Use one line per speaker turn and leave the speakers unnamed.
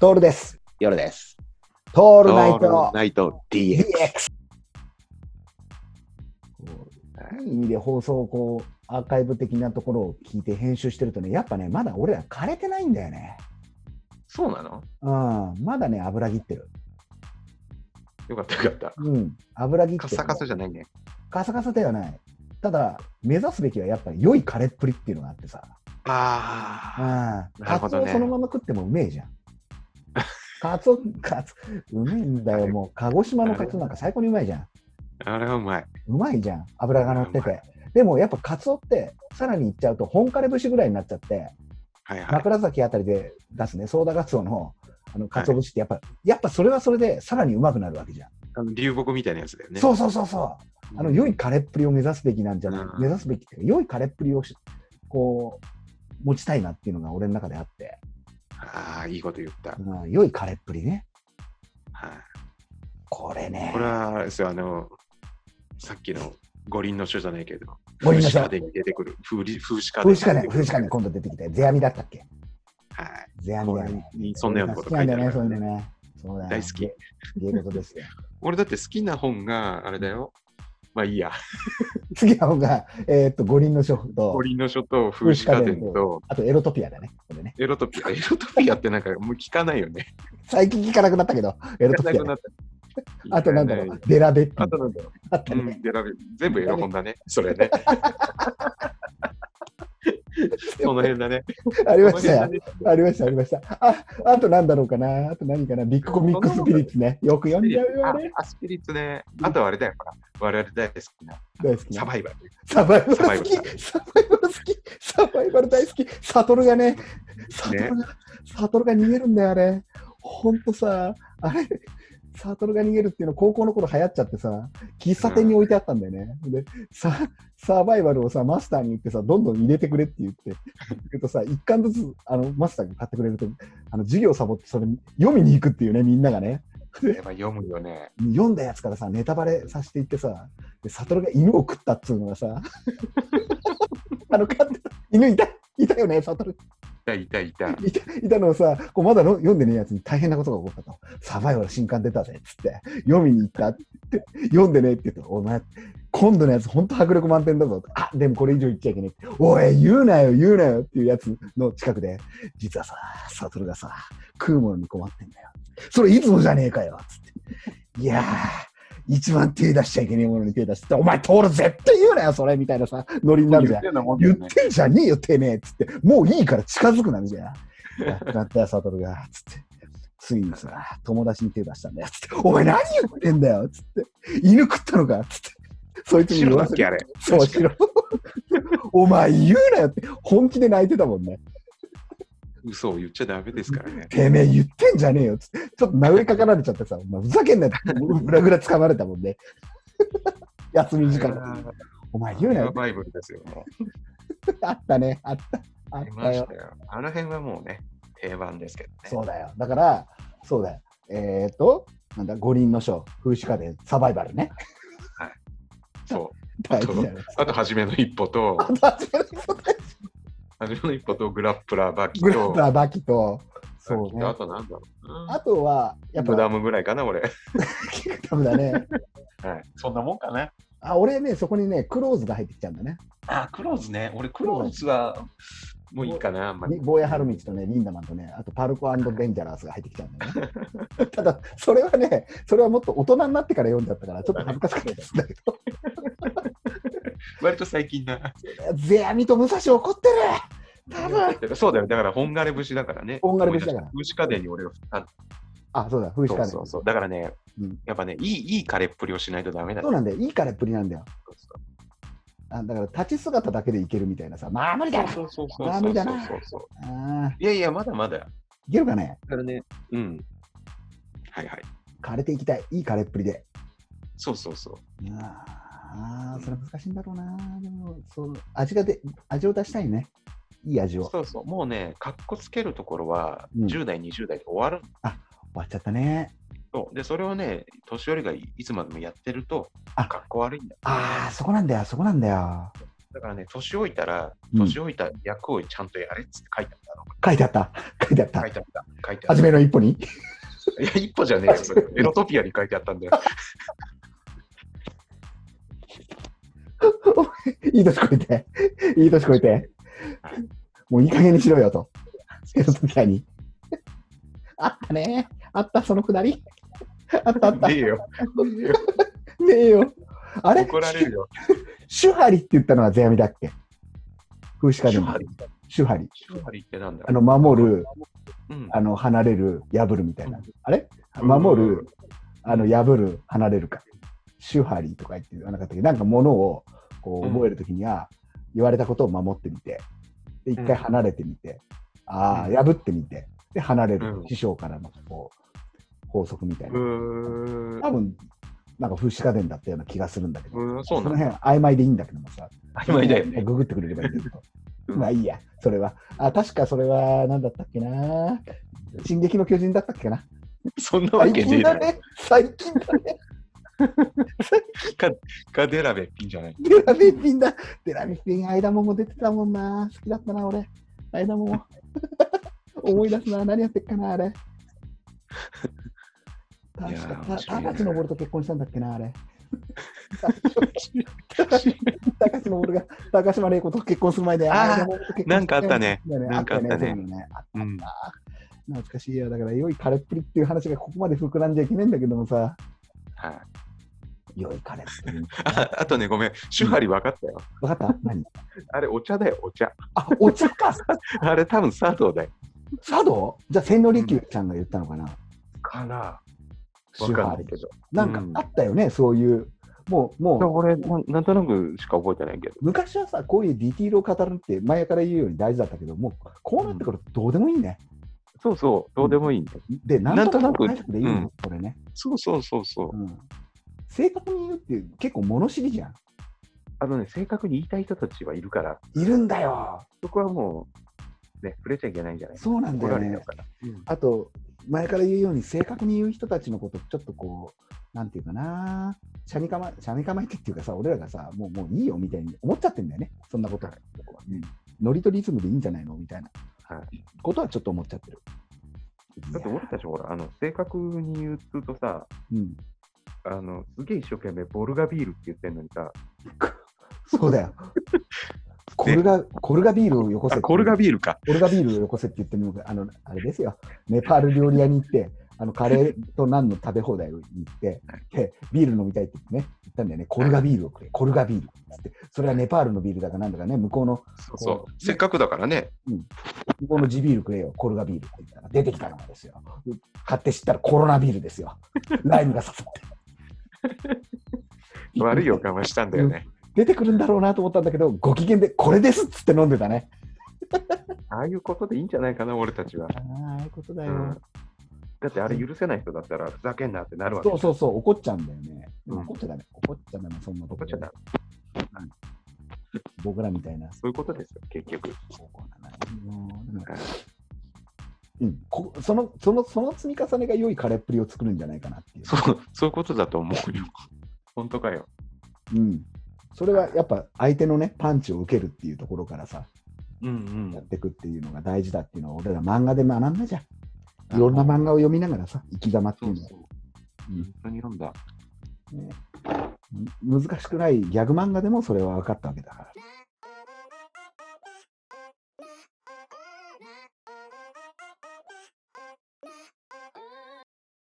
トールです。
夜です。
ト
オ
ールナイト
ナイト DX。
DX。こういい意味で放送をこうアーカイブ的なところを聞いて編集してるとね、やっぱね、まだ俺ら枯れてないんだよね。
そうなの
うん、まだね、油切ってる。
よかったよかった。
うん、油切って
カ
る。
サカサじゃないね。
カサカサではない。ただ、目指すべきはやっぱり良い枯れっぷりっていうのがあってさ。
あ
ああ、
な
カ
るほ
ツ
どね
オそのまま食ってもうめえじゃん。カツオ、カツオ、うめえんだよ、もう。鹿児島のカツオなんか最高にうまいじゃん。
あ、あれはうまい。
うまいじゃん、脂が乗って
うま
て。でもやっぱカツオって、さらにいっちゃうと、本枯れ節ぐらいになっちゃって、
はいはい。
枕崎あたりで出すね、ソーダガツオのあのカツオ節って、やっぱ、やっぱそれはそれで、さらにうまくなるわけじゃん。
あの流木みたいなやつだよね。
そうそうそうそう。あの良い枯れっぷりを目指すべきなんじゃない、
うん
目指すべきっていうか良い枯れっぷりをしこう持ちたいなっていうのが俺の中であって、
ああ、いいこと言った。
うん、良い枯れっぷりね
は
これ
い。
ね
これは、あれですよ、あの、さっきの五輪の書じゃないけど、
五輪の書
風刺家電に出てくる。風刺風刺家電
風刺金風刺金今度出てきて世阿弥だったっけ
はい。
世阿弥だよね
そんなようなこと書いてあ
好きなんだよね
るか
そういうのねそう
らね
だよ
大好き
いいことですよ
俺だって好きな本が、あれだよ。まあいいや。
次の方が、えーっと五輪の書婦と
五輪の書と風刺家電と、
あとエロトピアだねこれね
エロトピア。エ ロトピアってなんかもう聞かないよね。
最近聞かなくなったけどエロ
聞
ト
か
ピアね、
なくなった。
あとなんだろうデラベッテ
あ
ィ
となんだろう。
あった
う
ね、
ん、で選べ全部エロ本だね、そ れね。その辺だね。
ありましたよ
その辺だね
ありました、ありました。あ、あとなんだろうかな。あと何かな。ビッグコミックスピリッツね。よく読んじゃうよね。
あアスピリッツね。あとあれだよ、ほら我々大好きな
大好きな
サバイバル。
サバイバル好き
サバイバ。
サバイバル好き。サバイバル大好き。サトルがね、サトルが、サトルが逃げるんだよ、あれ。ほんとさ、あれ、サトルが逃げるっていうの高校の頃流行っちゃってさ、喫茶店に置いてあったんだよね。で、さ、サバイバルをさ、マスターに言ってさ、どんどん入れてくれって言って、言うとさ、一巻ずつ、あの、マスターが買ってくれると、あの、授業サボってそれ読みに行くっていうね、みんながね。
やっぱ読むよね。
読んだやつからさネタバレさせていってさで悟が犬を食ったっつうのがさ あの飼ってた犬いたいたよね悟
いたいたいた。
いた いたのをさこうまだの読んでねえやつに大変なことが起こったとサバイバル新刊出たぜっつって読みに行ったって言って読んでねえって言うとお前今度のやつ本当迫力満点だぞあでもこれ以上言っちゃいけねえおい言うなよ言うなよっていうやつの近くで実はさ悟がさ食うものに困ってんだよそれいつもじゃねえかよつっていやー一番手出しちゃいけねえものに手出して、お前通る絶対言うなよ、それみたいなさ、ノリになるじゃん。
ようなもんだ
言
よ
っ
ね。
てんじゃねえよ、てめえっつって、もういいから近づくなみたいな。やってなったよ、悟が、つって。ついにさ、友達に手出したんだよ、つって。お前何言ってんだよ、つって。犬食ったのか、つって。そいつに言
白だ
わ
っ
せ
け
て。
あれ。
そう、白。お前言うなよって、本気で泣いてたもんね。
嘘を言っちゃダメですか らね。
てめえ言ってんじゃねえよ、つって。ちょっと殴りかかられちゃってさ、お前ふざけんなよって、ぐらぐら掴まれたもんね。休み時間。お前言うな
あれは
よ。
バイブルですよ。も
あったね、あった。あ
うあ
っ
り
た
ま
よ
し。たよ。あの辺はもうね、定番ですけどね。
そうだよ。だから、そうだよ。えっ、と、なんだ、五輪の書、風刺家電、サバイバルね。
そう。
大事だよ。
あと、初めの一 歩と、初めの一歩と、グラップラーバキと、
グラップラーバキと、そ
き
う
っとあ
ね。
となんだろうな。
あとは、やっぱ、
ムダムぐらいかな、俺。
キングダムだね。
はい。そんなもんかね。
あ、俺ね、そこにね、クローズが入ってきちゃうんだね。
あ、クローズね。俺、クローズは、もういいかな、あんまり
に。坊谷春道とね、リンダマンとね、あとパルコデンジャラースが入ってきちゃうんだよ ね。ただ、それはね、それはもっと大人になってから読んじゃったから、ちょっと恥ずかしかったですだけ ど、
割と最近な。
世阿弥と武蔵怒ってる多分
そうだよ。だから、本枯れ節だからね。
本枯節だから
思い出した風刺家電に俺が振ったんだ。
あ、そうだ、風刺
そ
家
う
電。
そうそう。だからね、
うん
やっぱね、いい、いい枯れっぷりをしないとダメだ
そうなんだよ。いいからっぷりなんだよ。
そう
あだから立ち姿だけでいけるみたいなさ、まあ無理だな。
そうそうそう
ダ
そ
メ
う
だな
そうそう。
あー
いやいや、まだまだ。だ
いけるかね
からね、うん。はいはい。
枯れていきたい。いい枯れっぷりで。
そうそうそう。
ああ、それ難しいんだろうな。でも、そう味がで味を出したいね。いい味を。終
そうそう。もうね、かっこつけるところは、
うん
10代、20代で終わる
わっちゃったね。
そうでそれをね、年寄りがいいつまでもやってると、
あ
かっこ悪いんだよ
ああ、そこなんだよ、そこなんだよ。
だからね、年老いたら、
うん
年老いた役をちゃんとやれっつって書いてあったの。
書いてあった。書いてあった
書い。てあった。書いてあ
初
る。
めの一歩に。
いや、一歩じゃねえよ、それ。エロトピアに書いてあったんだよ。
いい年こいて。 いい年こいて。もういい加減にしろよと。ヘロトピアに。あったね。あった、そのくだり。あ ったあった。
ねえ
ね
よ。ねえよ
えよ。 あれ
怒られるよ。
シュハリって言ったのは世阿弥だっけ風刺家
シ
で
ュ
も
ハ。リ。
シュハリ。
シュハリってなんだ
あの、守る、
うん
あの、離れる、破るみたいな
うん。
あれ守る、あの、破る、離れるか。シュハリとか言って言わなかったけど、なんかものをこう
うん
覚えるときには、言われたことを守ってみて、で、一回離れてみて、ああ、
うん
破ってみて、で、離れる
う、ん
師匠からのこう法則みたいうな。
ーん
多。分なんか風刺家電だったような気がするんだけど、
うんそうな
の
んだ。
辺曖昧でいいんだけどもさ、
曖昧だ よね。
ググってくれればいいんだけど。
うん
まあいいや、それは。あ、確かそれは何だったっけな。進撃の巨人だったっけな。
そんなわ
最
け
近
ね
だ
え
ね。最近だね。
がデラベピンじゃない。
デラビッピンだ。デラビッピン、アイダモも出てたもんな。好きだったな、俺。アイダモも。 思い出すな。何やってっかな、あれ。
い
確
やー
か、
面白
た
いね
高知登ると結婚したんだっけな、あれ。高橋登が高島玲子と結婚する前で、
あー
アイダモと結婚したよ
なんかあったねなんかあった
そ
ね
うだよねあ
うん。
懐かしいや、だから良い彼っぷりっていう話がここまで膨らんじゃいけないんだけどもさ、
はい。
良い彼っぷり。
ああとね、ごめん。シュハリ分かったよ。
分かった何
あれ、お茶だよ、お茶。
あ、お茶か
あれ、多分佐藤だよ。
茶道じゃあ千利休ちゃんが言ったのかな、
かな。
シ
分
ュ
かん
ハ
な
リ
いけど。
なんか
うん
あったよね、そういう。もう、もう、
俺な、なんとなくしか覚えてないけど。
昔はさ、こういうディティールを語るって前から言うように大事だったけど、もうこうなってくるとどうでもいいね。
そうそう、どうでもいいんだよ。
で、なんとなく
な
解
んとなく
釈でいいの、
うん
これね、
そうそうそうそう。
うん。正確に言うっていう結構物知りじゃん。
あのね、正確に言いたい人たちはいるから、
いるんだよ。
そこはもう、ね、触れちゃいけないんじゃない
そうなんだ
怒
よ
られちゃ
ね
う。から。うん
あと、前から言うように、正確に言う人たちのこと、ちょっとこう、なんていうかな、しゃに構え、しゃに構えてっていうかさ、俺らがさ、もうもういいよみたいに思っちゃってんだよね、そんなこと。
は
うんノリとリズムでいいんじゃないのみたいな、
は
ことはちょっと思っちゃってる。
だって俺たちほら、あの正確に言うとさ、
うん、
あのすげえ一生懸命ボルガビールって言ってんのにさ、
そうだよ。コルガ、コルガビールをよこせ。
ビールか。
コルガビールをよこせって言ってるのが、あの、あれですよ。ネパール料理屋に行って、あの、カレーとナンの食べ放題に行って、で、ビール飲みたいって言ってね、言ったんだよね。コルガビールをくれ、コルガビール。つって、それはネパールのビールだかなんだかね、向こうの、
そ
そ
うそうう、せっかくだからね。
向こうの地ビールくれよ、コルガビールって言ったら、出てきたのがですよ。買って知ったらコロナビールですよ。ライムが刺さって。
悪いを我慢したんだよね。
出てくるんだろうなと思ったんだけど、ご機嫌でこれですっつって飲んでたね。
ああいうことでいいんじゃないかな、俺たちは。
ああ、ああいうことだ
う
よ。
ん、だってあれ許せない人だったら、ふざけんなってなるわけ。
そうそうそう、怒っちゃうんだよね。でも
うん
怒っちゃダメ、怒っちゃダメ、そんなと
怒
こ
っちゃダメ
僕らみたいな。
そういうことですよ、結局。
高校なのうん、こそのそのその積み重ねが良いカレーっぷりを作るんじゃないかなっていう。
そうそういうことだと思うよ。 本当かよ。
うん、それはやっぱ相手のねパンチを受けるっていうところからさ、
うん
やっていくっていうのが大事だっていうのは俺ら漫画で学んだじゃん。いろんな漫画を読みながらさ、生き様ってい
そうう
のは
そう。
うん
本当に読んだ。
ね、む難しくないギャグ漫画でもそれは分かったわけだから。